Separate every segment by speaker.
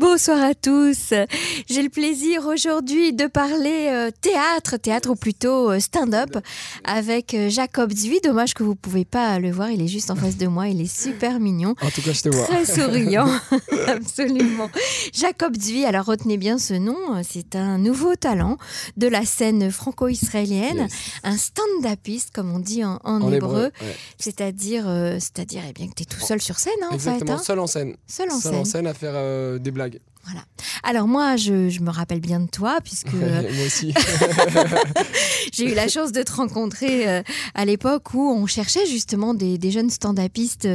Speaker 1: Bonsoir à tous. J'ai le plaisir aujourd'hui de parler euh, théâtre, théâtre ou plutôt euh, stand-up avec euh, Jacob Zui. Dommage que vous pouvez pas le voir, il est juste en face de moi, il est super mignon.
Speaker 2: En tout cas, je te vois.
Speaker 1: Très souriant, absolument. Jacob Zui, alors retenez bien ce nom, euh, c'est un nouveau talent de la scène franco-israélienne,
Speaker 2: Yes.
Speaker 1: un stand-upiste comme on dit en, en
Speaker 2: En
Speaker 1: hébreu,
Speaker 2: hébreu, ouais.
Speaker 1: c'est-à-dire euh, c'est-à-dire eh bien que tu es tout seul sur scène hein, en fait,
Speaker 2: Exactement,
Speaker 1: hein.
Speaker 2: seul en scène.
Speaker 1: seul en
Speaker 2: Seul
Speaker 1: scène.
Speaker 2: en scène à faire euh, des blagues.
Speaker 1: Alors moi, je, je me rappelle bien de toi puisque euh,
Speaker 2: Moi aussi.
Speaker 1: j'ai eu la chance de te rencontrer euh, à l'époque où on cherchait justement des, des jeunes stand-upistes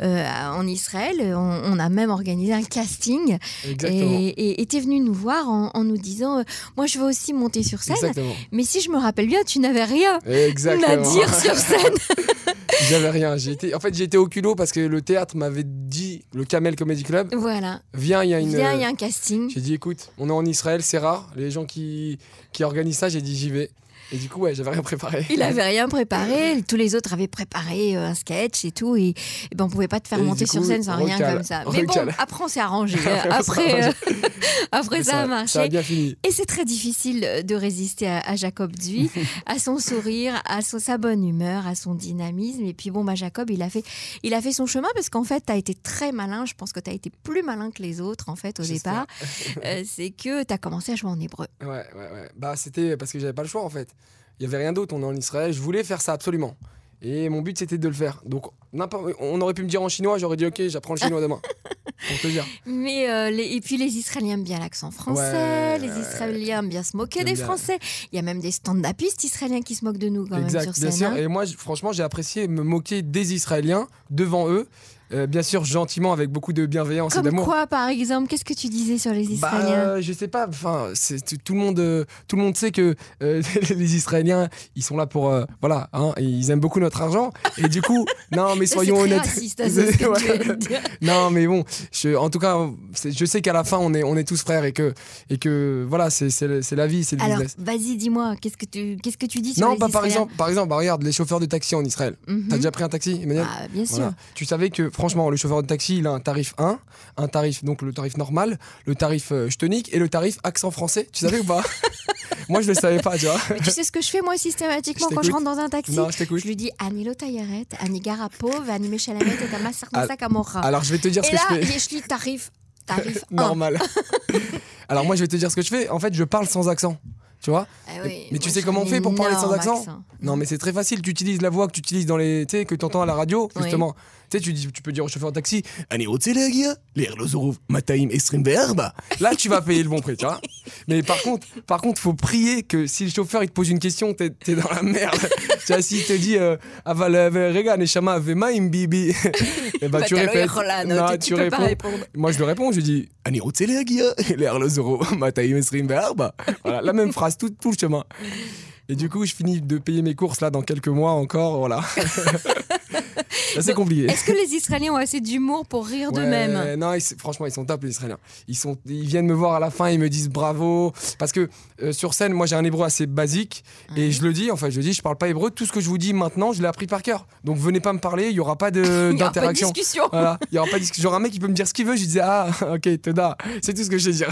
Speaker 1: euh, à- en Israël. On, on a même organisé un casting
Speaker 2: Exactement.
Speaker 1: et et t'es venu nous voir en, en nous disant euh, moi je veux aussi monter sur scène.
Speaker 2: Exactement.
Speaker 1: Mais si je me rappelle bien, tu n'avais rien à
Speaker 2: Exactement.
Speaker 1: dire sur scène.
Speaker 2: J'avais rien. J'ai été... En fait, j'étais au culot parce que le théâtre m'avait dit, le Camel Comedy Club,
Speaker 1: voilà.
Speaker 2: viens, il y a une. euh,
Speaker 1: Viens, il y a un casting.
Speaker 2: J'ai dit, écoute, on est en Israël, c'est rare. Les gens qui, qui organisent ça, j'ai dit, j'y vais. Et du coup, ouais, j'avais rien préparé.
Speaker 1: Il avait rien préparé, tous les autres avaient préparé euh, un sketch et tout, et, et ben on pouvait pas te faire
Speaker 2: Et du
Speaker 1: monter sur
Speaker 2: coup,
Speaker 1: scène sans rien
Speaker 2: recale,
Speaker 1: comme ça. Mais bon,
Speaker 2: recale.
Speaker 1: après on s'est arrangé,
Speaker 2: Après, on s'est
Speaker 1: après, euh, après
Speaker 2: Et
Speaker 1: ça a
Speaker 2: Ça a
Speaker 1: marché.
Speaker 2: bien fini.
Speaker 1: Et c'est très difficile euh, de résister à, à Jacob Duy, à son sourire, à son- sa bonne humeur, à son dynamisme. Et puis bon, bah Jacob, il a fait, il a fait son chemin parce qu'en fait, tu as été très malin. Je pense que tu as été plus malin que les autres en fait au
Speaker 2: J'espère.
Speaker 1: départ. Euh, c'est que tu as commencé à jouer en hébreu.
Speaker 2: Ouais, ouais, ouais. Bah, c'était parce que j'avais pas le choix en fait. Il y avait rien d'autre. On est en Israël. Je voulais faire ça absolument. Et mon but c'était de le faire. Donc, n'importe- on aurait pu me dire en chinois. J'aurais dit ok, j'apprends le chinois demain. Pour te dire.
Speaker 1: Mais euh, les- et puis les Israéliens aiment bien l'accent français,
Speaker 2: Ouais,
Speaker 1: les
Speaker 2: ouais,
Speaker 1: Israéliens aiment bien se moquer
Speaker 2: J'aime
Speaker 1: des
Speaker 2: bien.
Speaker 1: Français. Il y a même des stand-upistes israéliens qui se moquent de nous quand même
Speaker 2: exact.
Speaker 1: sur
Speaker 2: Bien
Speaker 1: scène.
Speaker 2: sûr.
Speaker 1: hein.
Speaker 2: Et moi, j- franchement, j'ai apprécié me moquer des Israéliens devant eux. Euh, bien sûr, gentiment, avec beaucoup de bienveillance et
Speaker 1: Comme
Speaker 2: d'amour.
Speaker 1: quoi, par exemple, qu'est-ce que tu disais sur les
Speaker 2: Bah,
Speaker 1: Israéliens
Speaker 2: euh, je sais pas. Enfin, c'est tout- tout le monde, euh, tout le monde sait que euh, les Israéliens, ils sont là pour, euh, voilà, hein, et ils aiment beaucoup notre argent. Et du coup, non, mais
Speaker 1: Ça, c'est
Speaker 2: soyons
Speaker 1: très
Speaker 2: honnêtes.
Speaker 1: raciste, hein, c'est ce que tu
Speaker 2: Ouais.
Speaker 1: viens de dire.
Speaker 2: Non, mais bon, je- en tout cas, c'est- je sais qu'à la fin, on est, on est tous frères et que, et que voilà, c'est c'est le- c'est la vie, c'est le
Speaker 1: Alors,
Speaker 2: business.
Speaker 1: vas-y, dis-moi, qu'est-ce que tu, qu'est-ce que tu dis sur
Speaker 2: Non,
Speaker 1: les
Speaker 2: bah, par
Speaker 1: Israéliens
Speaker 2: exemple, par exemple bah, regarde, les chauffeurs de taxi en Israël.
Speaker 1: Mhm.
Speaker 2: T'as déjà pris un taxi, Emmanuel
Speaker 1: Ah, bien sûr.
Speaker 2: Voilà. Tu savais que, franchement, le chauffeur de taxi, il a un tarif 1, un tarif, donc le tarif normal, le tarif euh, je te nique et le tarif accent français. Tu savais ou pas Moi, je le savais pas, tu vois.
Speaker 1: Mais tu sais ce que je fais moi systématiquement
Speaker 2: Je
Speaker 1: quand je
Speaker 2: t'écoute.
Speaker 1: rentre dans un taxi
Speaker 2: Non, je t'écoute.
Speaker 1: Je lui dis Annie Lotayaret, Annie Garapov, Annie Méchalamet et Tamas Sarnasak Amora.
Speaker 2: Ah, Alors, je vais te dire ce
Speaker 1: Ah. Et
Speaker 2: que
Speaker 1: là,
Speaker 2: je fais.
Speaker 1: je lui tarif, tarif 1.
Speaker 2: Normal. Alors, moi, je vais te dire ce que je fais. En fait, je parle sans accent. Tu vois
Speaker 1: Ah
Speaker 2: Mais tu sais comment on fait pour parler sans accent Non, mais c'est très facile. Tu utilises la voix que tu utilises dans les. Tu sais, que tu entends à la radio,
Speaker 1: Oui.
Speaker 2: justement. Tu sais, tu, dis- tu peux dire au chauffeur de taxi.
Speaker 3: אני רוצה להגיע לארלוזורוב 224.
Speaker 2: Là, tu vas payer le bon prix, tu vois. Mais par contre, par contre, faut prier que si le chauffeur il te pose une question, t'es t'es dans la merde. tu vois, s'il te dit euh, Aval, euh, Rega, Neshama, Vemaim, Bibi, et bah, tu répètes. Bah, Non,
Speaker 1: tu, peux pas répondre.
Speaker 2: Moi, je le réponds, je dis
Speaker 3: אני רוצה להגיע לארלוזורוב 224.
Speaker 2: voilà, la même phrase, tout, tout le chemin. Et du coup, je finis de payer mes courses là dans quelques mois encore, voilà. Là, c'est compliqué.
Speaker 1: Est-ce que les Israéliens ont assez d'humour pour rire
Speaker 2: Ouais,
Speaker 1: d'eux-mêmes
Speaker 2: Non, ils s- franchement, ils sont top, les Israéliens. Ils, sont, ils viennent me voir à la fin, ils me disent bravo. Parce que euh, sur scène, moi, j'ai un hébreu assez basique. Et je le dis, enfin, je le dis, je parle pas hébreu. Tout ce que je vous dis maintenant, je l'ai appris par cœur. Donc, venez pas me parler, il y aura pas de-
Speaker 1: Il n'y aura pas de
Speaker 2: d'interaction.
Speaker 1: discussion.
Speaker 2: Voilà, il y aura pas de discussion. Genre, un mec, il peut me dire ce qu'il veut. Je disais, ah, ok, Teda, c'est tout ce que je sais dire.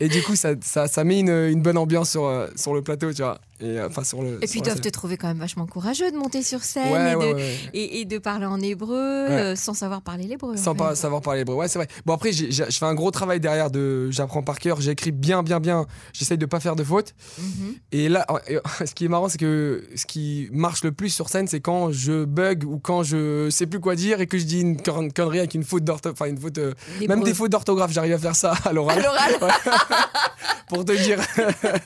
Speaker 2: Et du coup, ça, ça, ça met une, une bonne ambiance sur, euh, sur le plateau, tu vois. Et, euh, enfin, sur le,
Speaker 1: Et puis
Speaker 2: sur
Speaker 1: ils
Speaker 2: la
Speaker 1: doivent te
Speaker 2: scène.
Speaker 1: trouver quand même vachement courageux de monter sur scène
Speaker 2: Ouais,
Speaker 1: et,
Speaker 2: ouais,
Speaker 1: de,
Speaker 2: ouais.
Speaker 1: et- et de parler en hébreu euh, sans savoir parler l'hébreu. en
Speaker 2: Sans
Speaker 1: fait.
Speaker 2: pas savoir parler hébreu. Ouais, c'est vrai. Bon, après, j'ai- j'ai- je fais un gros travail derrière de. J'apprends par cœur, j'écris bien, bien, bien. J'essaye de pas faire de fautes.
Speaker 1: Mhm.
Speaker 2: Et là, euh, euh, ce qui est marrant, c'est que ce qui marche le plus sur scène, c'est quand je bug ou quand je sais plus quoi dire et que je dis une con- connerie avec une faute d'orthographe. Enfin, une faute. euh,
Speaker 1: L'hébreu.
Speaker 2: même des fautes d'orthographe, j'arrive à faire ça à
Speaker 1: À
Speaker 2: l'oral.
Speaker 1: l'oral.
Speaker 2: Pour te dire.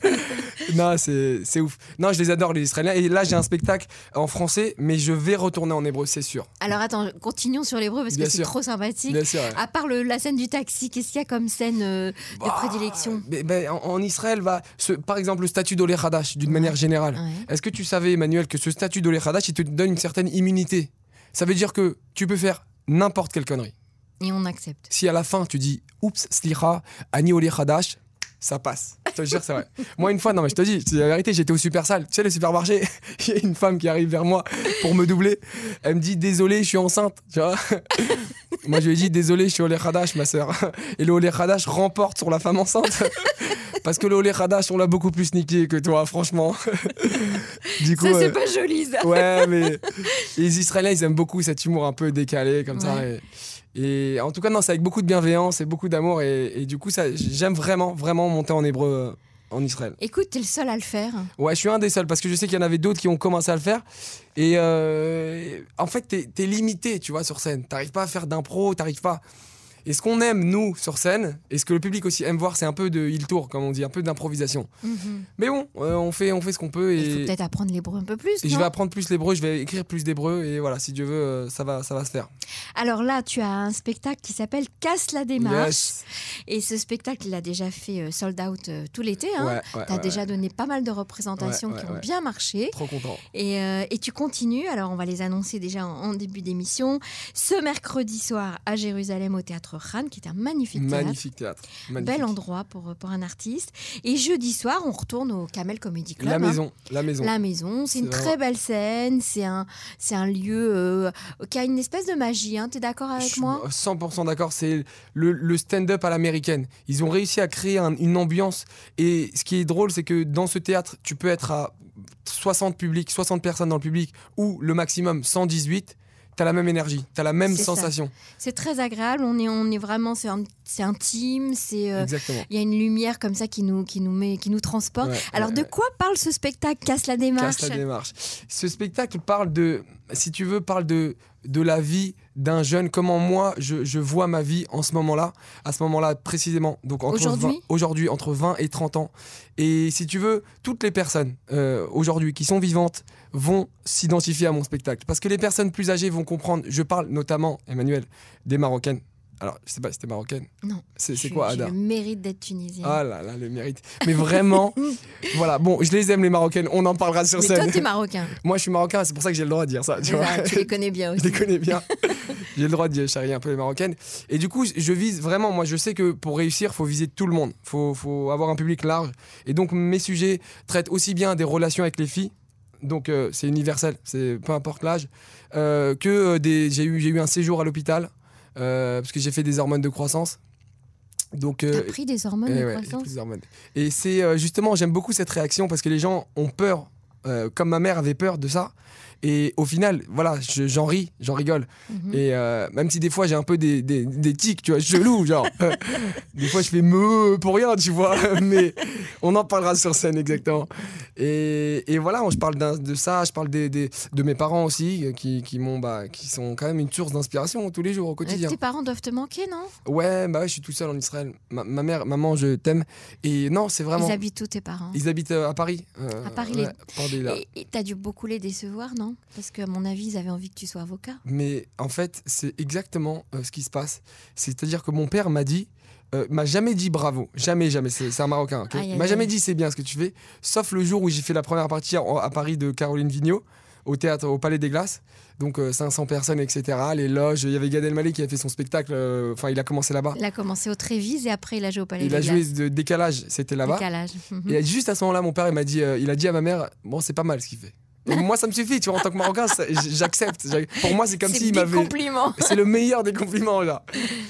Speaker 2: non, c'est c'est ouf. Non, je les adore, les Israéliens. Et là, j'ai un spectacle en français, mais je vais retourner en hébreu, c'est sûr.
Speaker 1: Alors attends, continuons sur l'hébreu parce
Speaker 2: Bien
Speaker 1: que c'est
Speaker 2: sûr.
Speaker 1: trop sympathique.
Speaker 2: Bien sûr. ouais.
Speaker 1: À part le- la scène du taxi, qu'est-ce qu'il y a comme scène euh, de
Speaker 2: Bah,
Speaker 1: prédilection
Speaker 2: mais- mais en, en Israël, va, ce- par exemple, le statut d'Oleh Hadash, d'une
Speaker 1: Ouais.
Speaker 2: manière générale.
Speaker 1: Ouais.
Speaker 2: Est-ce que tu savais, Emmanuel, que ce statut d'Oleh Hadash, il te donne une certaine immunité Ça veut dire que tu peux faire n'importe quelle connerie.
Speaker 1: Et on accepte.
Speaker 2: Si à la fin, tu dis Oups, slicha, ani Oleh Hadash, ça passe. Je te jure, c'est vrai. Moi, une fois, non, mais je te dis, c'est la vérité, j'étais au super salle. Tu sais, le supermarché, il y a une femme qui arrive vers moi pour me doubler. Elle me dit, désolé, je suis enceinte. Tu vois moi, je lui ai dit, désolé, je suis au Khadash, ma sœur. Et le Olé Khadash remporte sur la femme enceinte. Parce que le Olé Khadash, on l'a beaucoup plus niqué que toi, franchement. Du coup,
Speaker 1: ça, c'est
Speaker 2: euh,
Speaker 1: pas joli, ça.
Speaker 2: ouais, mais les Israéliens, ils aiment beaucoup cet humour un peu décalé, comme ça. Et, et en tout cas, non, c'est avec beaucoup de bienveillance et beaucoup d'amour. Et, et du coup, ça, j'aime vraiment, vraiment monter en hébreu euh, en Israël.
Speaker 1: Écoute, t'es le seul à le faire.
Speaker 2: Ouais, je suis un des seuls parce que je sais qu'il y en avait d'autres qui ont commencé à le faire. Et euh, en fait, t'es es limité, tu vois, sur scène. T'arrives pas à faire d'impro, t'arrives pas. Et ce qu'on aime, nous, sur scène, et ce que le public aussi aime voir, c'est un peu de il tour, comme on dit, un peu d'improvisation.
Speaker 1: Mhm.
Speaker 2: Mais bon, euh, on, fait, on fait ce qu'on peut.
Speaker 1: Il faut
Speaker 2: Et,
Speaker 1: peut-être apprendre l'hébreu un peu plus.
Speaker 2: et je
Speaker 1: non
Speaker 2: vais apprendre plus l'hébreu, je vais écrire plus d'hébreu, et voilà, si Dieu veut, euh, ça va, ça va se faire.
Speaker 1: Alors là, tu as un spectacle qui s'appelle Casse la démarche.
Speaker 2: Yes.
Speaker 1: Et ce spectacle, il a déjà fait euh, sold out euh, tout l'été. Hein.
Speaker 2: Ouais, ouais,
Speaker 1: T'as
Speaker 2: ouais,
Speaker 1: déjà
Speaker 2: ouais.
Speaker 1: donné pas mal de représentations
Speaker 2: Ouais, ouais,
Speaker 1: qui ont
Speaker 2: ouais.
Speaker 1: bien marché.
Speaker 2: Trop content.
Speaker 1: Et, euh, et tu continues, alors on va les annoncer déjà en, en début d'émission, ce mercredi soir à Jérusalem au théâtre Khan, qui est un magnifique théâtre.
Speaker 2: Magnifique théâtre. Magnifique.
Speaker 1: Bel endroit pour, euh, pour un artiste. Et jeudi soir, on retourne au Camel Comedy Club.
Speaker 2: La
Speaker 1: hein.
Speaker 2: maison, la maison.
Speaker 1: La maison, c'est une
Speaker 2: C'est
Speaker 1: très belle scène, c'est un, c'est un lieu euh, qui a une espèce de magie, hein. t'es d'accord
Speaker 2: Je
Speaker 1: avec
Speaker 2: suis
Speaker 1: moi
Speaker 2: 100% d'accord, c'est le, le stand-up à l'américaine. Ils ont réussi à créer un- une ambiance. Et ce qui est drôle, c'est que dans ce théâtre, tu peux être à 60 publics, 60 personnes dans le public, ou le maximum 118. T'as la même énergie, t'as la même
Speaker 1: C'est ça.
Speaker 2: sensation.
Speaker 1: C'est très agréable, on est, on est vraiment, c'est un- c'est intime, c'est... euh,
Speaker 2: Exactement.
Speaker 1: il y a une lumière comme ça qui nous, qui nous, met, qui nous transporte.
Speaker 2: Ouais,
Speaker 1: Alors,
Speaker 2: ouais,
Speaker 1: de
Speaker 2: ouais.
Speaker 1: quoi parle ce spectacle Casse la démarche
Speaker 2: Casse la démarche. Ce spectacle parle de, si tu veux, parle de, de la vie d'un jeune, comment moi je, je vois ma vie en ce moment-là, à ce moment-là précisément. Donc entre
Speaker 1: Aujourd'hui
Speaker 2: 20 aujourd'hui, entre 20 et 30 ans. Et si tu veux, toutes les personnes euh, aujourd'hui qui sont vivantes vont s'identifier à mon spectacle. Parce que les personnes plus âgées vont comprendre, je parle notamment, Emmanuel, des Marocaines. Alors, je sais pas si t'es marocaine.
Speaker 1: Non.
Speaker 2: C'est c'est
Speaker 1: Je-
Speaker 2: quoi,
Speaker 1: J'ai
Speaker 2: Ada
Speaker 1: le mérite d'être tunisienne.
Speaker 2: Ah là là, le mérite. Mais vraiment, voilà, bon, je les aime, les Marocaines, on en parlera sur
Speaker 1: Mais
Speaker 2: scène.
Speaker 1: toi, t'es marocain.
Speaker 2: Moi, je suis marocain, c'est pour ça que j'ai le droit de dire ça. Tu vois
Speaker 1: Bah, tu les connais bien
Speaker 2: je
Speaker 1: aussi.
Speaker 2: les connais bien. j'ai le droit de charrier un peu les marocaines. Et du coup, je vise vraiment, moi, je sais que pour réussir, faut viser tout le monde. Faut, faut avoir un public large. Et donc, mes sujets traitent aussi bien des relations avec les filles. Donc euh, c'est universel, c'est peu importe l'âge. euh, que euh, des, j'ai eu j'ai eu un séjour à l'hôpital euh, parce que j'ai fait des hormones de croissance. Donc euh,
Speaker 1: T'as pris des hormones
Speaker 2: eh
Speaker 1: de
Speaker 2: ouais, j'ai
Speaker 1: croissance
Speaker 2: pris des hormones. Et c'est euh, justement, j'aime beaucoup cette réaction parce que les gens ont peur, euh, comme ma mère avait peur de ça. Et au final, voilà, je- j'en ris, j'en rigole.
Speaker 1: Mhm.
Speaker 2: Et euh, même si des fois j'ai un peu des, des, des tics, tu vois, chelou, genre. euh, des fois je fais me pour rien, tu vois. Mais on en parlera sur scène, exactement. Et, et voilà, je parle d'un- de ça, je parle des, des- de mes parents aussi, euh, qui, qui, m'ont, bah, qui sont quand même une source d'inspiration tous les jours, au
Speaker 1: Euh,
Speaker 2: quotidien.
Speaker 1: Tes parents doivent te manquer, non
Speaker 2: Ouais, bah ouais, je suis tout seul en Israël. Ma, ma mère, maman, je t'aime. Et non, c'est vraiment.
Speaker 1: Ils habitent où tes parents
Speaker 2: Ils habitent, euh, à Paris. euh,
Speaker 1: À Paris,
Speaker 2: ouais,
Speaker 1: les-
Speaker 2: Port des Lilas.
Speaker 1: Et et t'as dû beaucoup les décevoir, non Parce qu'à mon avis, ils avaient envie que tu sois avocat.
Speaker 2: Mais en fait, c'est exactement euh, ce qui se passe. C'est-à-dire que mon père m'a dit, euh, m'a jamais dit bravo, jamais, jamais. C'est c'est un Marocain. ok
Speaker 1: Aïe, aïe,
Speaker 2: m'a jamais
Speaker 1: aïe.
Speaker 2: dit c'est bien ce que tu fais, sauf le jour où j'ai fait la première partie à, à Paris de Caroline Vigneault au théâtre, au Palais des Glaces. Donc euh, 500 personnes, etc. Les loges. Il y avait Gad Elmaleh qui a fait son spectacle. euh, Enfin, il a commencé là-bas.
Speaker 1: Il a commencé au Trévise et après, il a joué au Palais
Speaker 2: Il a
Speaker 1: des
Speaker 2: joué
Speaker 1: Glaces.
Speaker 2: de décalage. C'était là-bas.
Speaker 1: Décalage. Mhm.
Speaker 2: Et juste à ce moment-là, mon père, il m'a dit, euh, il a dit à ma mère, bon, c'est pas mal ce qu'il fait. Donc, moi, ça me suffit, tu vois, en tant que Marocain, ça- j- j'accepte. J'ac- Pour moi, c'est comme
Speaker 1: C'est
Speaker 2: s'il
Speaker 1: des
Speaker 2: m'avait.
Speaker 1: compliments.
Speaker 2: C'est le meilleur des compliments, là.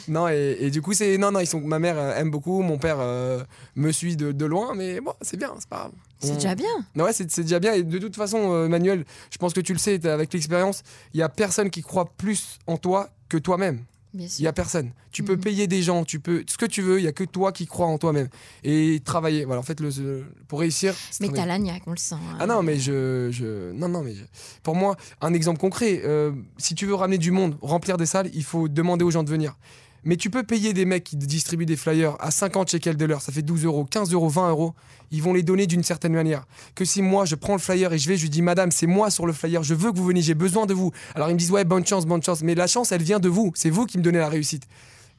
Speaker 2: Non, et, et du coup, c'est. Non, non, ils sont... ma mère euh, aime beaucoup, mon père euh, me suit de, de loin, mais bon, c'est bien, c'est pas grave.
Speaker 1: C'est
Speaker 2: On-
Speaker 1: déjà bien.
Speaker 2: Non, ouais, c'est c'est déjà bien. Et de toute façon, euh, Manuel, je pense que tu le sais, t'as- avec l'expérience, il y a personne qui croit plus en toi que toi-même.
Speaker 1: Bien
Speaker 2: Il y
Speaker 1: sûr.
Speaker 2: a personne. Tu peux
Speaker 1: Mhm.
Speaker 2: payer des gens, tu peux ce que tu veux. Il y a que toi qui crois en toi-même et travailler. Voilà, en fait, le, le- pour réussir. c'est
Speaker 1: Mais t'as
Speaker 2: travailler.
Speaker 1: l'agnac, on le sent. hein.
Speaker 2: Ah non, mais je, je- non non mais je- pour moi un exemple concret. euh, si tu veux ramener du monde, remplir des salles, il faut demander aux gens de venir. Mais tu peux payer des mecs qui distribuent des flyers à 50 shekels de l'heure, ça fait 12 euros, 15 euros, 20 euros. Ils vont les donner d'une certaine manière. Que si moi je prends le flyer et je vais, je lui dis Madame, c'est moi sur le flyer, je veux que vous veniez, j'ai besoin de vous. Alors ils me disent Ouais, bonne chance, bonne chance. Mais la chance, elle vient de vous. C'est vous qui me donnez la réussite.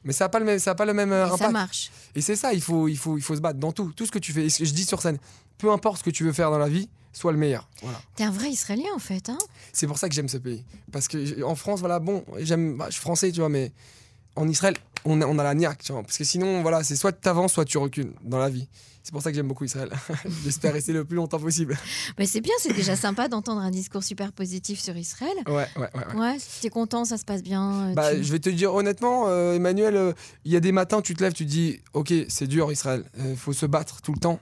Speaker 2: Mais ça n'a pas le même, ça a pas le même euh,
Speaker 1: Mais Ça
Speaker 2: impact.
Speaker 1: marche.
Speaker 2: Et c'est ça, il faut, il, faut, il faut se battre dans tout. Tout ce que tu fais. Et ce que je dis sur scène, peu importe ce que tu veux faire dans la vie, sois le meilleur. Voilà.
Speaker 1: T'es un vrai Israélien, en fait. hein
Speaker 2: C'est pour ça que j'aime ce pays. Parce que j- en France, voilà, bon, j'aime. bah, je suis français, tu vois, mais en Israël, on a, on a la niaque, tu vois, parce que sinon, voilà, c'est soit tu avances, soit tu recules dans la vie. C'est pour ça que j'aime beaucoup Israël. J'espère rester le plus longtemps possible.
Speaker 1: Mais c'est bien, c'est déjà sympa d'entendre un discours super positif sur Israël.
Speaker 2: Ouais, ouais, ouais. ouais.
Speaker 1: Ouais, si t'es content, ça se passe bien. euh,
Speaker 2: Bah,
Speaker 1: tu-
Speaker 2: Je vais te dire honnêtement, euh, Emmanuel, euh, il y a des matins, tu te lèves, tu te dis, ok, c'est dur Israël, il faut se battre tout le temps.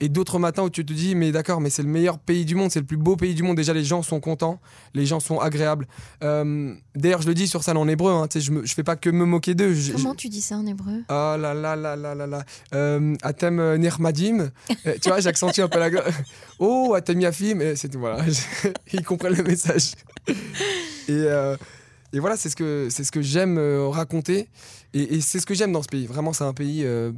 Speaker 2: Et d'autres matins où tu te dis, mais d'accord, mais c'est le meilleur pays du monde, c'est le plus beau pays du monde. Déjà, les gens sont contents, les gens sont agréables. Euh, D'ailleurs, je le dis sur ça en hébreu, hein, tu sais, je ne fais pas que me moquer d'eux. je- je-
Speaker 1: Comment tu dis ça en hébreu
Speaker 2: Ah là là là là là là. Euh, Atem euh, Nirmadim. Euh, tu vois, j'accentue un peu la gueule. Oh, Atem Yafim. Et c'est tout, voilà. Ils comprennent le message. Et, euh, et voilà, c'est ce que, c'est ce que j'aime euh, raconter. Et, et c'est ce que j'aime dans ce pays. Vraiment, c'est un pays. euh,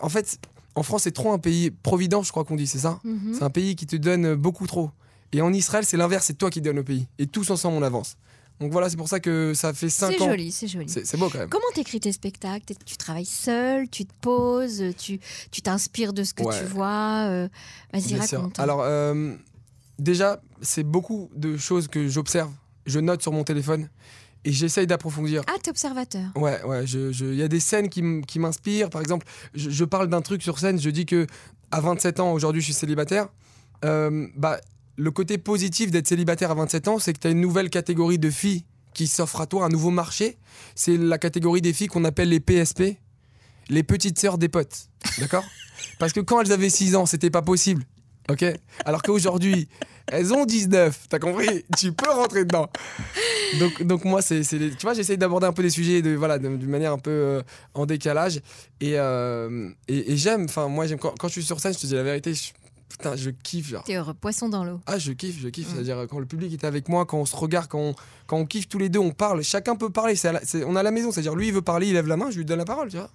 Speaker 2: en fait, en France, c'est trop un pays provident, je crois qu'on dit, c'est ça
Speaker 1: Mhm.
Speaker 2: C'est un pays qui te donne euh, beaucoup trop. Et en Israël, c'est l'inverse, c'est toi qui donnes au pays. Et tous ensemble, on avance. Donc voilà, c'est pour ça que ça fait 5 ans.
Speaker 1: C'est joli, c'est joli.
Speaker 2: C'est c'est beau quand même.
Speaker 1: Comment t'écris tes spectacles T'es- Tu travailles seul, tu te poses, euh, tu tu t'inspires de ce que
Speaker 2: Ouais.
Speaker 1: tu vois. euh, Vas-y,
Speaker 2: Bien sûr.
Speaker 1: raconte.
Speaker 2: Alors, euh, déjà, c'est beaucoup de choses que j'observe. Je note sur mon téléphone et j'essaye d'approfondir.
Speaker 1: ah, t'es observateur.
Speaker 2: Ouais, ouais, il y a des scènes qui m- qui m'inspirent. Par exemple, je, je parle d'un truc sur scène, je dis que à 27 ans, aujourd'hui, je suis célibataire. Euh, bah, le côté positif d'être célibataire à 27 ans, c'est que tu as une nouvelle catégorie de filles qui s'offre à toi, un nouveau marché. C'est la catégorie des filles qu'on appelle les PSP, les petites sœurs des potes. D'accord Parce que quand elles avaient 6 ans, c'était pas possible. Ok Alors qu'aujourd'hui, elles ont 19. T'as compris Tu peux rentrer dedans. Donc, donc moi, c'est, c'est les- tu vois, j'essaye d'aborder un peu des sujets de, voilà, de- d'une manière un peu euh, en décalage. Et, euh, et, et j'aime, enfin, moi, j'aime quand, quand je suis sur scène, je te dis la vérité, je- putain, je kiffe. genre.
Speaker 1: T'es heureux, poisson dans l'eau.
Speaker 2: Ah, je kiffe, je kiffe.
Speaker 1: Mm.
Speaker 2: C'est-à-dire, euh, quand le public est avec moi, quand on se regarde, quand on, quand on kiffe tous les deux, on parle. Chacun peut parler. C'est à la- c'est- on est à la maison. C'est-à-dire, lui, il veut parler, il lève la main, je lui donne la parole, tu vois.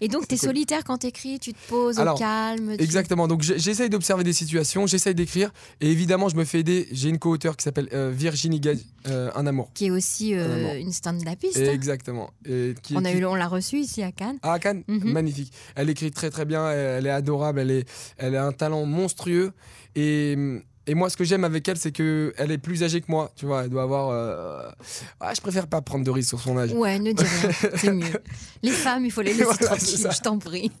Speaker 1: Et donc, t'es
Speaker 2: cool.
Speaker 1: solitaire quand t'écris, tu te poses
Speaker 2: Alors,
Speaker 1: au calme. tu-
Speaker 2: Exactement. Donc, j'ai- j'essaye d'observer des situations, j'essaye d'écrire. Et évidemment, je me fais aider. J'ai une co-auteure qui s'appelle euh, Virginie Gage, euh, Un amour.
Speaker 1: Qui est aussi euh,
Speaker 2: Vraiment.
Speaker 1: une stand-upiste. hein.
Speaker 2: Exactement. Et qui,
Speaker 1: On a
Speaker 2: qui-
Speaker 1: eu, on l'a reçue ici à Cannes.
Speaker 2: Ah, Cannes,
Speaker 1: Mhm.
Speaker 2: magnifique. Elle écrit très très bien, elle, elle est adorable, elle, est, elle a un talent monstrueux. Et, et moi, ce que j'aime avec elle, c'est qu'elle est plus âgée que moi. Tu vois, elle doit avoir. euh, Ah, je préfère pas prendre de risques sur son âge.
Speaker 1: Ouais, ne dis rien, c'est mieux. Les femmes, il faut les laisser
Speaker 2: Voilà, c'est
Speaker 1: tranquilles,
Speaker 2: ça.
Speaker 1: je t'en prie.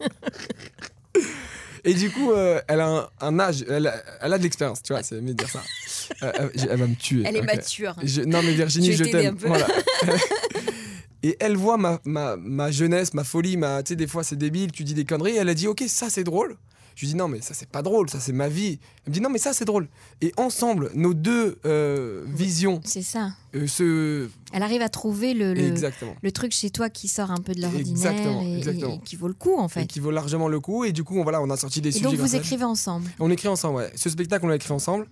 Speaker 2: Et du coup, euh, elle a un, un âge, elle, a- elle a de l'expérience, tu vois, c'est mieux de dire ça. Euh, euh, j'ai- elle va me tuer.
Speaker 1: Elle est
Speaker 2: ok.
Speaker 1: mature.
Speaker 2: Je- non, mais
Speaker 1: Je
Speaker 2: Virginie, je,
Speaker 1: vais t'aider un
Speaker 2: t'aime.
Speaker 1: peu.
Speaker 2: Voilà. Et elle voit ma, ma, ma jeunesse, ma folie, ma, tu sais, des fois c'est débile, tu dis des conneries. Elle a dit, ok, ça c'est drôle. Je lui dis, non, mais ça c'est pas drôle, ça c'est ma vie. Elle me dit, non, mais ça c'est drôle. Et ensemble, nos deux euh, visions
Speaker 1: C'est ça.
Speaker 2: euh, se.
Speaker 1: Elle arrive à trouver le, le,
Speaker 2: Exactement.
Speaker 1: le truc chez toi qui sort un peu de l'ordinaire
Speaker 2: Exactement,
Speaker 1: et,
Speaker 2: exactement.
Speaker 1: et qui vaut le coup, en
Speaker 2: Et
Speaker 1: fait.
Speaker 2: qui vaut largement le coup. Et du coup, on, voilà, on a sorti des
Speaker 1: Et
Speaker 2: sujets.
Speaker 1: donc,
Speaker 2: grâce
Speaker 1: vous
Speaker 2: à elle.
Speaker 1: écrivez ensemble.
Speaker 2: On écrit ensemble, ouais. Ce spectacle, on l'a écrit ensemble.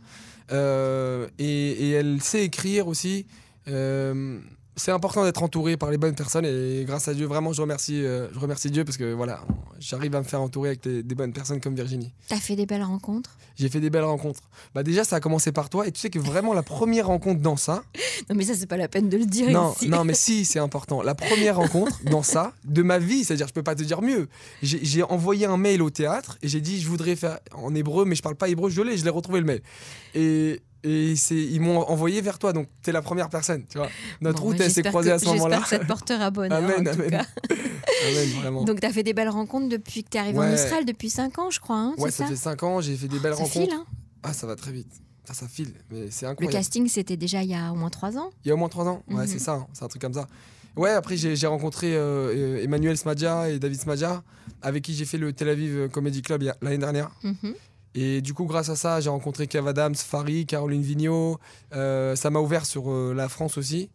Speaker 2: Euh, et, et elle sait écrire aussi. Euh, c'est important d'être entouré par les bonnes personnes et grâce à Dieu, vraiment, je remercie, euh, je remercie Dieu parce que voilà, j'arrive à me faire entourer avec des, des bonnes personnes comme Virginie.
Speaker 1: T'as fait des belles rencontres
Speaker 2: J'ai fait des belles rencontres. Bah déjà, ça a commencé par toi et tu sais que vraiment la première rencontre dans ça.
Speaker 1: Non, mais ça, c'est pas la peine de le dire
Speaker 2: Non,
Speaker 1: ici.
Speaker 2: non, mais si, c'est important. La première rencontre dans ça de ma vie, c'est-à-dire, je peux pas te dire mieux. J'ai j'ai envoyé un mail au théâtre et j'ai dit, je voudrais faire en hébreu, mais je parle pas hébreu, je l'ai, je l'ai retrouvé le mail. Et. Et c'est- ils m'ont envoyé vers toi, donc t'es la première personne, tu vois. Notre
Speaker 1: Bon,
Speaker 2: route,
Speaker 1: bah,
Speaker 2: elle s'est
Speaker 1: j'espère
Speaker 2: croisée
Speaker 1: que-
Speaker 2: à ce moment-là.
Speaker 1: J'espère que ça te portera bonheur,
Speaker 2: Amen,
Speaker 1: en tout
Speaker 2: amen.
Speaker 1: cas.
Speaker 2: Amen, vraiment.
Speaker 1: Donc, t'as fait des belles rencontres depuis que t'es arrivé en
Speaker 2: Ouais.
Speaker 1: Israël, depuis 5 ans, je crois, hein,
Speaker 2: ouais,
Speaker 1: c'est
Speaker 2: ça
Speaker 1: ça
Speaker 2: fait 5 ans, j'ai fait des belles
Speaker 1: Ça
Speaker 2: rencontres.
Speaker 1: file, hein
Speaker 2: Ah, ça va très vite. Ça, ça file, mais c'est
Speaker 1: Le
Speaker 2: incroyable.
Speaker 1: casting, c'était déjà il y a au moins 3 ans.
Speaker 2: Il y a au moins 3 ans. Ouais,
Speaker 1: Mhm.
Speaker 2: c'est ça, hein, c'est un truc comme ça. Ouais, après j'ai j'ai rencontré euh, euh, Emmanuel Smadja et David Smadja, avec qui j'ai fait le Tel Aviv Comedy Club il y a- l'année dernière.
Speaker 1: Mhm.
Speaker 2: Et du coup, grâce à ça, j'ai rencontré Kev Adams, Farid, Caroline Vigneault. Euh, ça m'a ouvert sur euh, la France aussi.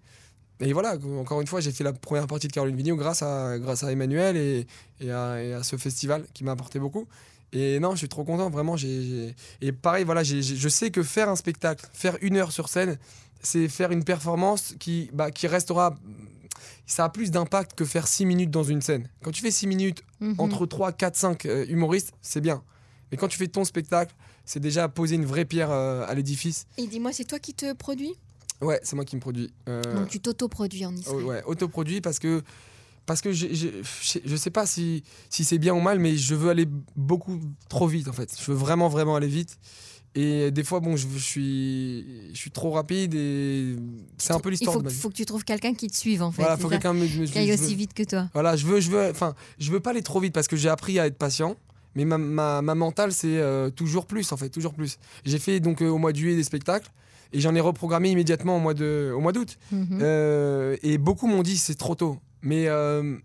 Speaker 2: Et voilà, encore une fois, j'ai fait la première partie de Caroline Vigneault grâce à, grâce à Emmanuel et, et à, et à ce festival qui m'a apporté beaucoup. Et non, je suis trop content, vraiment. j'ai- j'ai- Et pareil, voilà, j'ai- j'ai- je sais que faire un spectacle, faire une heure sur scène, c'est faire une performance qui, bah, qui restera. Ça a plus d'impact que faire 6 minutes dans une scène. Quand tu fais 6 minutes
Speaker 1: Mhm.
Speaker 2: entre 3, 4, 5 euh, humoristes, c'est bien. Mais quand tu fais ton spectacle, c'est déjà poser une vraie pierre euh, à l'édifice.
Speaker 1: Et dis-moi, c'est toi qui te produis
Speaker 2: Ouais, c'est moi qui me produis. Euh,
Speaker 1: Donc, tu t'auto-produis en Israël.
Speaker 2: oh, ouais, autoproduit parce que parce que j'ai- j'ai- je je sais pas si si c'est bien ou mal, mais je veux aller beaucoup trop vite en fait. Je veux vraiment vraiment aller vite. Et des fois, bon, je, je suis, je suis trop rapide et c'est un peu
Speaker 1: Il
Speaker 2: l'histoire
Speaker 1: faut,
Speaker 2: de ma
Speaker 1: que-
Speaker 2: vie.
Speaker 1: faut que tu trouves quelqu'un qui te suive en fait.
Speaker 2: Voilà,
Speaker 1: c'est
Speaker 2: faut
Speaker 1: ça
Speaker 2: quelqu'un me- me-
Speaker 1: Qui aille
Speaker 2: je veux-
Speaker 1: aussi vite que toi.
Speaker 2: Voilà, je veux, je veux, enfin, je veux pas aller trop vite parce que j'ai appris à être patient. Mais ma, ma, ma mentale, c'est euh, toujours plus, en fait, toujours plus. J'ai fait donc euh, au mois de juillet des spectacles et j'en ai reprogrammé immédiatement au mois de, au mois d'août.
Speaker 1: Mhm.
Speaker 2: Euh, et beaucoup m'ont dit c'est trop tôt. Mais euh,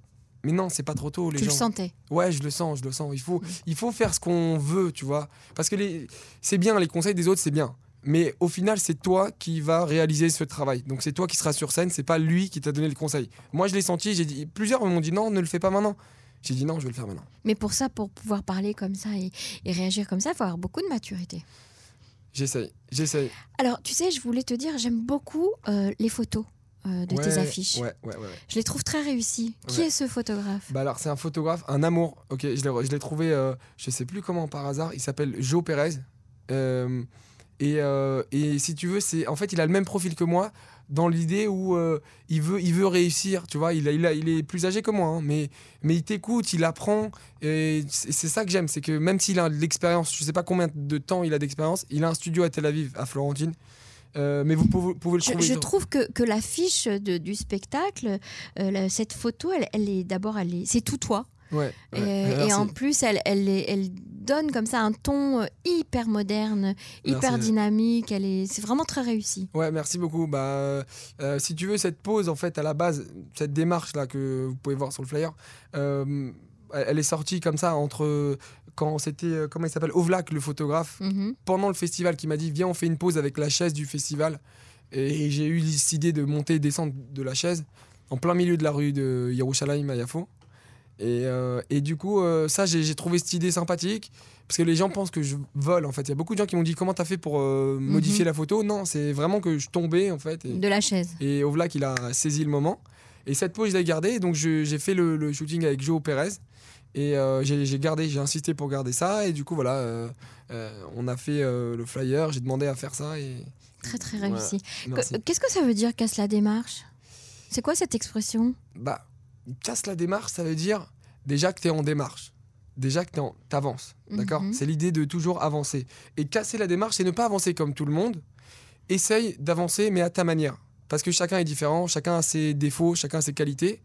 Speaker 2: mais non, c'est pas trop tôt. Les
Speaker 1: tu le
Speaker 2: gens-
Speaker 1: sentais.
Speaker 2: Ouais, je le sens, je le sens. Il faut,
Speaker 1: Mm.
Speaker 2: il faut faire ce qu'on veut, tu vois. Parce que les, c'est bien, les conseils des autres, c'est bien. Mais au final, c'est toi qui vas réaliser ce travail. Donc c'est toi qui seras sur scène, c'est pas lui qui t'a donné le conseil. Moi, je l'ai senti, j'ai dit, plusieurs m'ont dit non, ne le fais pas maintenant. J'ai dit non, je vais le faire maintenant.
Speaker 1: Mais pour ça, pour pouvoir parler comme ça et, et réagir comme ça, il faut avoir beaucoup de maturité.
Speaker 2: J'essaye, j'essaye.
Speaker 1: Alors, tu sais, je voulais te dire, j'aime beaucoup euh, les photos euh, de tes
Speaker 2: Ouais,
Speaker 1: affiches.
Speaker 2: Ouais, ouais, ouais. ouais.
Speaker 1: Je les trouve très réussies. Qui
Speaker 2: Ouais.
Speaker 1: est ce photographe
Speaker 2: Bah alors, c'est un photographe, un amour. Ok, je l'ai, re- je l'ai trouvé, euh, je sais plus comment par hasard. Il s'appelle Joe Perez. Euh, et, euh, et si tu veux, c'est en fait, il a le même profil que moi dans l'idée où euh, il veut, il veut réussir. Tu vois, il, a- il, a- il est plus âgé que moi, hein, mais mais il t'écoute, il apprend. Et c'est c'est ça que j'aime, c'est que même s'il a de l'expérience, je sais pas combien de temps il a d'expérience, il a un studio à Tel Aviv, à Florentine. Euh, mais vous pouvez, pouvez le
Speaker 1: je,
Speaker 2: trouver.
Speaker 1: je trouve que, que l'affiche de- du spectacle, euh, la- cette photo, elle, elle est d'abord, elle est- c'est tout toi.
Speaker 2: Ouais, ouais. Ah,
Speaker 1: Euh, et
Speaker 2: Merci.
Speaker 1: en plus, elle, elle, est- elle donne comme ça un ton euh, hyper moderne, hyper
Speaker 2: Merci.
Speaker 1: dynamique. Elle est, c'est vraiment très réussi.
Speaker 2: Ouais, merci beaucoup. Bah, euh, euh, si tu veux, cette pause, en fait, à la base, cette démarche-là que vous pouvez voir sur le flyer, euh, elle elle est sortie comme ça entre euh, quand c'était, euh, comment il s'appelle, Ovlak, le photographe,
Speaker 1: Mhm.
Speaker 2: pendant le festival, qui m'a dit Viens, on fait une pause avec la chaise du festival. Et, j'ai eu cette idée de monter et descendre de la chaise en plein milieu de la rue de Yerushalayim à Yafo. Et, euh, et du coup, euh, ça, j'ai j'ai trouvé cette idée sympathique. Parce que les gens pensent que je vole, en fait. Il y a beaucoup de gens qui m'ont dit Comment t'as fait pour euh, modifier la photo Non, c'est vraiment que je tombais, en fait. Et,
Speaker 1: De la chaise.
Speaker 2: et Ovlak, il a saisi le moment. Et cette pause, je l'ai gardée. Donc, je- j'ai fait le, le shooting avec Joe Perez. Et euh, j'ai j'ai gardé, j'ai insisté pour garder ça. Et du coup, voilà, euh, euh, on a fait euh, le flyer. J'ai demandé à faire ça. Et...
Speaker 1: Très, très
Speaker 2: Voilà.
Speaker 1: réussi.
Speaker 2: Merci.
Speaker 1: Que- Qu'est-ce que ça veut dire, casse la démarche C'est quoi cette expression
Speaker 2: Bah, casse la démarche, ça veut dire déjà que tu es en démarche. Déjà que t'es en- t'avances. D'accord
Speaker 1: Mhm.
Speaker 2: C'est l'idée de toujours avancer. Et casser la démarche, c'est ne pas avancer comme tout le monde. Essaye d'avancer, mais à ta manière. Parce que chacun est différent, chacun a ses défauts, chacun a ses qualités.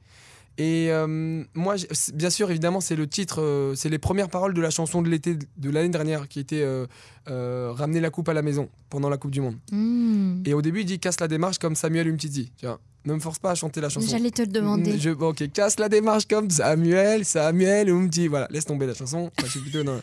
Speaker 2: Et euh, moi, j'ai- c'est- bien sûr, évidemment, c'est le titre, euh, c'est les premières paroles de la chanson de l'été de l'année dernière qui était euh, euh, Ramener la coupe à la maison pendant la Coupe du Monde.
Speaker 1: Hmm.
Speaker 2: Et au début, il dit Casse la démarche comme Samuel Umtiti. Tu vois, ne me force pas à chanter la chanson.
Speaker 1: J'allais te le demander.
Speaker 2: Je, bon, ok, casse la démarche comme Samuel, Samuel, Oumti. Voilà, laisse tomber la chanson. Enfin, je suis plutôt dans-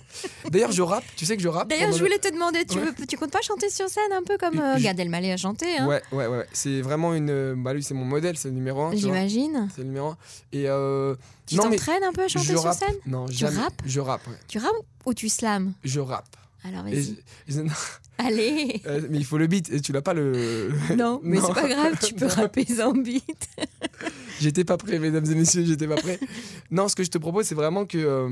Speaker 2: D'ailleurs, je rappe, tu sais que je rappe.
Speaker 1: D'ailleurs,
Speaker 2: pendant
Speaker 1: je voulais te demander, tu,
Speaker 2: Ouais.
Speaker 1: veux, tu comptes pas chanter sur scène un peu comme
Speaker 2: Je-
Speaker 1: euh,
Speaker 2: je-
Speaker 1: Gad Elmaleh a chanté
Speaker 2: le-
Speaker 1: hein
Speaker 2: Ouais, ouais, ouais. ouais. C'est vraiment une. euh, Bah, lui, c'est mon modèle, c'est le numéro un. tu vois.
Speaker 1: J'imagine.
Speaker 2: C'est le numéro un. Et. euh,
Speaker 1: Tu
Speaker 2: non, mais
Speaker 1: t'entraînes un peu à chanter
Speaker 2: je
Speaker 1: sur
Speaker 2: rappe.
Speaker 1: scène
Speaker 2: Non,
Speaker 1: Tu
Speaker 2: jamais.
Speaker 1: rappes
Speaker 2: Je rappe, ouais.
Speaker 1: Tu rames ou tu slams
Speaker 2: Je rappe.
Speaker 1: Alors
Speaker 2: Et
Speaker 1: vas-y.
Speaker 2: je- non,
Speaker 1: Allez
Speaker 2: euh, mais il faut le beat, et tu l'as pas le.
Speaker 1: Non, mais
Speaker 2: Euh, Non.
Speaker 1: c'est pas grave, tu peux
Speaker 2: Non.
Speaker 1: rapper sans beat.
Speaker 2: J'étais pas prêt, mesdames et messieurs, j'étais pas prêt. non, ce que je te propose, c'est vraiment que, euh,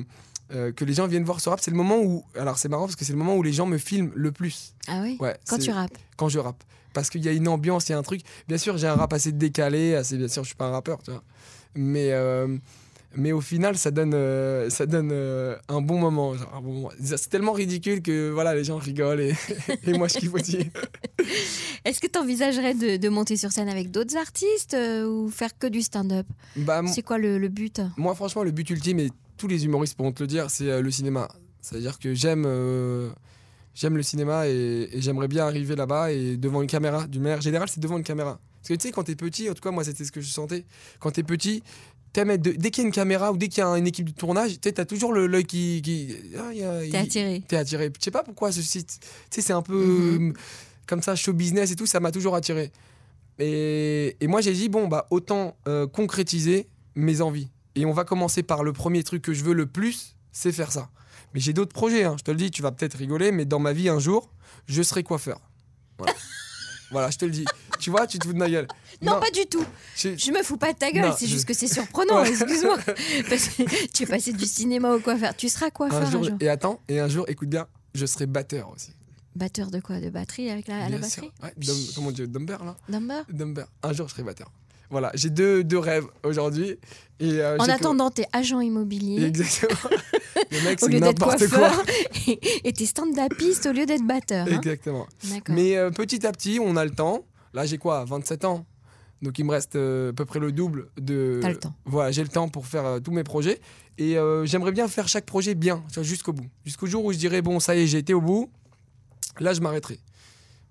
Speaker 2: euh, que les gens viennent voir ce rap. C'est le moment où. Alors, c'est marrant parce que c'est le moment où les gens me filment le plus.
Speaker 1: Ah oui
Speaker 2: Ouais,
Speaker 1: Quand
Speaker 2: c'est-
Speaker 1: tu rappes.
Speaker 2: quand je rappe. Parce qu'il y a une ambiance, il y a un truc. Bien sûr, j'ai un rap assez décalé, assez bien sûr, je suis pas un rappeur, tu vois. Mais, euh, mais au final, ça donne, euh, ça donne euh, un bon moment. genre un bon moment. C'est tellement ridicule que voilà, les gens rigolent et, et moi je kiffe aussi.
Speaker 1: Est-ce que tu envisagerais de, de monter sur scène avec d'autres artistes euh, ou faire que du stand-up
Speaker 2: Bah, m-
Speaker 1: C'est quoi le, le but hein
Speaker 2: moi, franchement, le but ultime, et tous les humoristes pourront te le dire, c'est euh, le cinéma. C'est-à-dire que j'aime. euh, J'aime le cinéma et, et j'aimerais bien arriver là-bas et devant une caméra. D'une manière générale, c'est devant une caméra. Parce que tu sais, quand t'es petit, en tout cas, moi, c'était ce que je sentais. Quand t'es petit, t'aimes être de- dès qu'il y a une caméra ou dès qu'il y a une équipe de tournage, tu sais, t'as toujours le- l'œil qui. qui ah, il y a-
Speaker 1: T'es
Speaker 2: il-
Speaker 1: attiré
Speaker 2: t'es attiré. Je sais pas pourquoi ce site. Tu sais, c'est un peu
Speaker 1: Mhm.
Speaker 2: euh, comme ça, show business et tout, ça m'a toujours attiré. Et, et moi, j'ai dit, bon, bah, autant euh, concrétiser mes envies. Et on va commencer par le premier truc que je veux le plus, c'est faire ça. Mais j'ai d'autres projets, hein. je te le dis, tu vas peut-être rigoler, mais dans ma vie, un jour, je serai coiffeur. Voilà, Voilà, je te le dis. Tu vois, tu te fous de ma gueule.
Speaker 1: non, pas du tout.
Speaker 2: j'ai-
Speaker 1: Je me fous pas de ta gueule.
Speaker 2: Non,
Speaker 1: C'est
Speaker 2: je-
Speaker 1: juste que c'est surprenant.
Speaker 2: Ouais.
Speaker 1: Excuse-moi. Parce que tu es passé du cinéma au coiffeur. Tu seras coiffeur
Speaker 2: un jour,
Speaker 1: un jour.
Speaker 2: Et attends, et un jour, écoute bien, je serai batteur aussi.
Speaker 1: Batteur de quoi De batterie avec la, Ah, à la
Speaker 2: Bien sûr.
Speaker 1: batterie
Speaker 2: Ouais, dum- comment on dit, dumber, là
Speaker 1: Number
Speaker 2: Dumber. Un jour, je serai batteur. Voilà, j'ai deux, deux rêves aujourd'hui. Et, euh,
Speaker 1: En
Speaker 2: j'ai que-
Speaker 1: attendant, t'es agent immobilier.
Speaker 2: Exactement. le mec,
Speaker 1: Au
Speaker 2: c'est
Speaker 1: lieu d'être
Speaker 2: n'importe quoi.
Speaker 1: coiffeur, et t'es stand-upiste au lieu d'être batteur. hein.
Speaker 2: Exactement.
Speaker 1: D'accord.
Speaker 2: Mais euh, petit à petit, on a le temps. Là, j'ai quoi 27 ans. Donc, il me reste euh, à peu près le double de.
Speaker 1: T'as le temps.
Speaker 2: Voilà, j'ai le temps pour faire euh, tous mes projets. Et euh, j'aimerais bien faire chaque projet bien, tu vois, jusqu'au bout. Jusqu'au jour où je dirais, bon, ça y est, j'ai été au bout. Là, je m'arrêterai.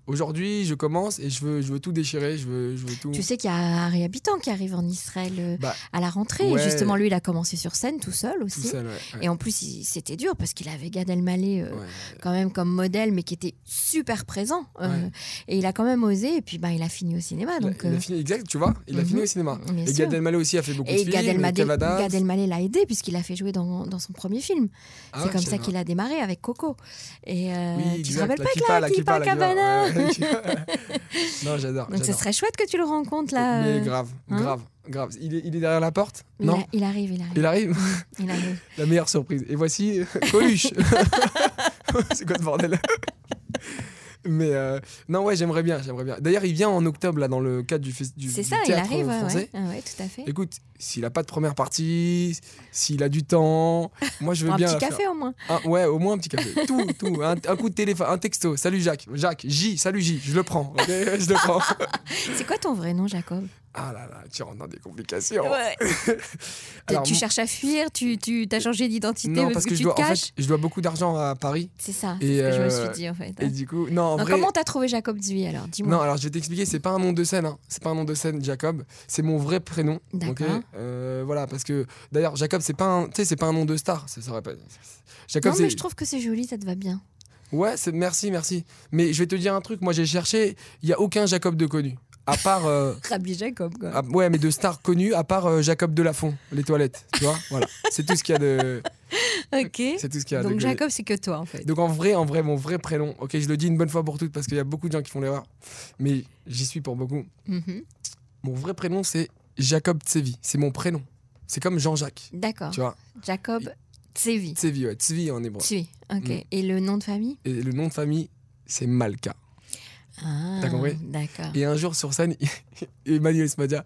Speaker 2: Aujourd'hui, je commence et je veux, je veux tout déchirer. Je veux, je veux tout.
Speaker 1: Tu sais qu'il y a un réhabitant qui arrive en Israël euh,
Speaker 2: Bah,
Speaker 1: à la rentrée. Et
Speaker 2: ouais.
Speaker 1: justement, lui, il a commencé sur scène tout seul aussi.
Speaker 2: tout seul, ouais, ouais.
Speaker 1: Et en plus, il- c'était dur parce qu'il avait Gad Elmaleh euh,
Speaker 2: Ouais.
Speaker 1: quand même comme modèle, mais qui était super présent. euh,
Speaker 2: Ouais.
Speaker 1: Et il a quand même osé. Et puis, bah, il a fini au cinéma.
Speaker 2: Il a-
Speaker 1: Donc,
Speaker 2: il
Speaker 1: euh,
Speaker 2: a fini, exact, tu vois, il a
Speaker 1: Mhm.
Speaker 2: fini au cinéma.
Speaker 1: Bien
Speaker 2: et
Speaker 1: sûr.
Speaker 2: Gad Elmaleh aussi a fait beaucoup
Speaker 1: Et
Speaker 2: de films.
Speaker 1: Gad Elmaleh
Speaker 2: Cavada.
Speaker 1: Gad Elmaleh l'a aidé puisqu'il l'a fait jouer dans, dans son premier film.
Speaker 2: Ah
Speaker 1: c'est
Speaker 2: ouais,
Speaker 1: comme
Speaker 2: je
Speaker 1: ça
Speaker 2: savais pas.
Speaker 1: qu'il a démarré avec Coco. Et euh,
Speaker 2: Oui,
Speaker 1: tu te
Speaker 2: exact,
Speaker 1: rappelles
Speaker 2: la
Speaker 1: pas
Speaker 2: kippa,
Speaker 1: que
Speaker 2: la
Speaker 1: la Kippa
Speaker 2: kippa, la
Speaker 1: Cabana
Speaker 2: kippa, ouais, ouais. Non, j'adore.
Speaker 1: Donc ce
Speaker 2: j'adore.
Speaker 1: serait chouette que tu le rencontres là. euh,
Speaker 2: Mais grave,
Speaker 1: hein
Speaker 2: grave, grave. Il est, il est derrière la porte
Speaker 1: il
Speaker 2: Non
Speaker 1: a- il arrive, il arrive.
Speaker 2: Il arrive
Speaker 1: Il arrive.
Speaker 2: La meilleure surprise. Et voici euh, Coluche C'est quoi ce bordel Mais euh, non, ouais, j'aimerais bien, j'aimerais bien. D'ailleurs, il vient en octobre, là, dans le cadre du, fes- du,
Speaker 1: C'est
Speaker 2: du
Speaker 1: ça, il
Speaker 2: théâtre
Speaker 1: arrive, ouais,
Speaker 2: français.
Speaker 1: ouais, Ah ouais, tout à fait.
Speaker 2: Écoute, s'il a pas de première partie, s'il a du temps, moi je veux
Speaker 1: Pour un
Speaker 2: bien
Speaker 1: petit
Speaker 2: la faire.
Speaker 1: café au moins.
Speaker 2: Un- ouais, au moins un petit café. Tout, tout. Un, un coup de téléphone, un texto. Salut Jacques. Jacques, J, salut J. Je le prends. ok je le prends.
Speaker 1: C'est quoi ton vrai nom, Jacob
Speaker 2: Ah là là, tu rentres dans des complications.
Speaker 1: Ouais.
Speaker 2: Oh. Alors,
Speaker 1: Tu cherches à fuir, tu, tu as changé d'identité
Speaker 2: non,
Speaker 1: parce,
Speaker 2: parce que,
Speaker 1: que,
Speaker 2: je
Speaker 1: tu
Speaker 2: dois,
Speaker 1: te
Speaker 2: en
Speaker 1: caches.
Speaker 2: fait, je dois beaucoup d'argent à Paris.
Speaker 1: C'est ça, c'est
Speaker 2: Et,
Speaker 1: ce que je me
Speaker 2: euh,
Speaker 1: suis dit en fait.
Speaker 2: Et du coup, non, en
Speaker 1: Donc,
Speaker 2: vrai.
Speaker 1: comment t'as trouvé Jacob Duy alors Dis-moi.
Speaker 2: Non, alors je vais t'expliquer, c'est pas un nom de scène, hein. c'est pas un nom de scène, Jacob, c'est mon vrai prénom. ok
Speaker 1: D'accord.
Speaker 2: Euh, voilà, parce que d'ailleurs, Jacob, c'est pas, un- tu sais, c'est pas un nom de star, ça serait pas. Jacob,
Speaker 1: Non,
Speaker 2: c'est.
Speaker 1: mais je trouve que c'est joli, ça te va bien.
Speaker 2: Ouais, c'est- merci, merci. Mais je vais te dire un truc, moi j'ai cherché, il y a aucun Jacob de connu, à part. euh,
Speaker 1: Rabbi Jacob, quoi.
Speaker 2: Ah, ouais, mais de stars connues, à part euh, Jacob Delafont, les toilettes. Tu vois, voilà. C'est tout ce qu'il y a de.
Speaker 1: ok.
Speaker 2: Ah, C'est tout ce qu'il y a de
Speaker 1: Donc
Speaker 2: gueulé.
Speaker 1: Jacob, c'est que toi en fait.
Speaker 2: Donc en vrai, en vrai, mon vrai prénom. Ok, je le dis une bonne fois pour toutes parce qu'il y a beaucoup de gens qui font l'erreur, mais j'y suis pour beaucoup.
Speaker 1: Mhm.
Speaker 2: Mon vrai prénom, c'est Jacob Tsevi. C'est mon prénom. C'est comme Jean-Jacques.
Speaker 1: D'accord.
Speaker 2: Tu vois,
Speaker 1: Jacob Tsevi.
Speaker 2: Tsevi, ouais, Tsevi en hébreu.
Speaker 1: Tsevi, ok.
Speaker 2: Mm.
Speaker 1: Et le nom de famille
Speaker 2: Et le nom de famille, c'est Malka.
Speaker 1: ah,
Speaker 2: T'as compris
Speaker 1: D'accord.
Speaker 2: Et un jour sur scène, Emmanuel Smadia,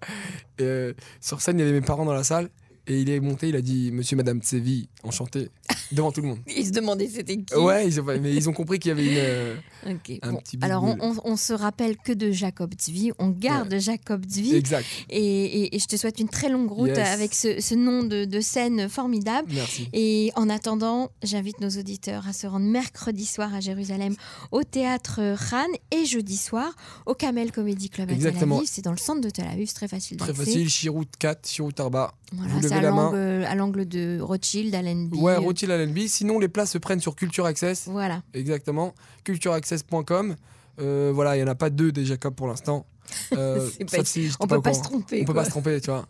Speaker 2: euh, sur scène, il y avait mes parents dans la salle. Et il est monté, il a dit Monsieur, Madame Tsevi, enchanté, devant tout le monde.
Speaker 1: Ils se demandaient c'était qui.
Speaker 2: Ouais, ils ont, mais ils ont compris qu'il y avait une. euh,
Speaker 1: Ok.
Speaker 2: Un
Speaker 1: Bon,
Speaker 2: petit
Speaker 1: Alors on,
Speaker 2: boule.
Speaker 1: on, on se rappelle que de Jacob Dvi, on garde Jacob Dvi
Speaker 2: euh, Exact.
Speaker 1: et, et- et je te souhaite une très longue route
Speaker 2: Yes.
Speaker 1: avec ce, ce nom de, de scène formidable.
Speaker 2: Merci.
Speaker 1: Et en attendant, j'invite nos auditeurs à se rendre mercredi soir à Jérusalem au théâtre Khan et jeudi soir au Kamel Comedy Club à
Speaker 2: Exactement.
Speaker 1: Tel Aviv. C'est dans le centre de Tel Aviv, Bah, c'est très facile
Speaker 2: Très
Speaker 1: d'accès.
Speaker 2: facile. Chirout 4, Chirout Arba. Vous
Speaker 1: Voilà,
Speaker 2: levez
Speaker 1: c'est à
Speaker 2: la main.
Speaker 1: l'angle- à l'angle de Rothschild, Allenby.
Speaker 2: Ouais,
Speaker 1: euh,
Speaker 2: Rothschild Allenby. Sinon, les places se prennent sur Culture Access.
Speaker 1: Voilà.
Speaker 2: Exactement. Cultureaccess.com. Euh, voilà, il n'y en a pas deux déjà comme pour l'instant. Euh,
Speaker 1: C'est pas-
Speaker 2: sauf si j'étais
Speaker 1: On peut
Speaker 2: au
Speaker 1: pas se
Speaker 2: courant.
Speaker 1: tromper.
Speaker 2: On peut
Speaker 1: quoi.
Speaker 2: pas se tromper, tu vois.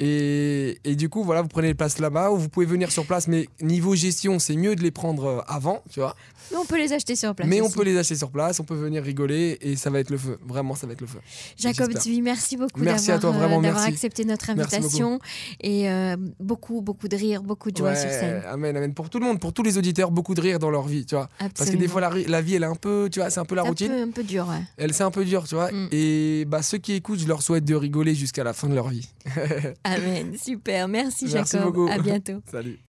Speaker 2: Et, et du coup, voilà, vous prenez les places là-bas ou vous pouvez venir sur place. Mais niveau gestion, c'est mieux de les prendre euh, avant, tu vois.
Speaker 1: Mais on peut les acheter sur place.
Speaker 2: mais on
Speaker 1: aussi.
Speaker 2: peut les acheter sur place, on peut venir rigoler et ça va être le feu. Vraiment, ça va être le feu.
Speaker 1: Jacob
Speaker 2: J'espère.
Speaker 1: Dwi, merci beaucoup
Speaker 2: Merci à
Speaker 1: d'avoir
Speaker 2: toi,
Speaker 1: euh,
Speaker 2: vraiment,
Speaker 1: d'avoir
Speaker 2: merci.
Speaker 1: accepté notre
Speaker 2: Merci
Speaker 1: invitation et euh, beaucoup, beaucoup de rire, beaucoup de joie
Speaker 2: Ouais,
Speaker 1: sur scène.
Speaker 2: Amen, amen. Pour tout le monde, pour tous les auditeurs, beaucoup de rire dans leur vie, tu vois.
Speaker 1: Absolument.
Speaker 2: Parce que des fois, la, ri- la vie, elle est un peu, tu vois, c'est un peu la
Speaker 1: C'est un
Speaker 2: routine.
Speaker 1: peu, un peu dur. hein. ouais.
Speaker 2: Elle, c'est un peu dur, tu vois.
Speaker 1: Mm.
Speaker 2: Et bah, ceux qui écoutent, je leur souhaite de rigoler jusqu'à la fin de leur vie.
Speaker 1: Amen. Super. Merci,
Speaker 2: Merci
Speaker 1: Jacob.
Speaker 2: beaucoup.
Speaker 1: À bientôt.
Speaker 2: Salut.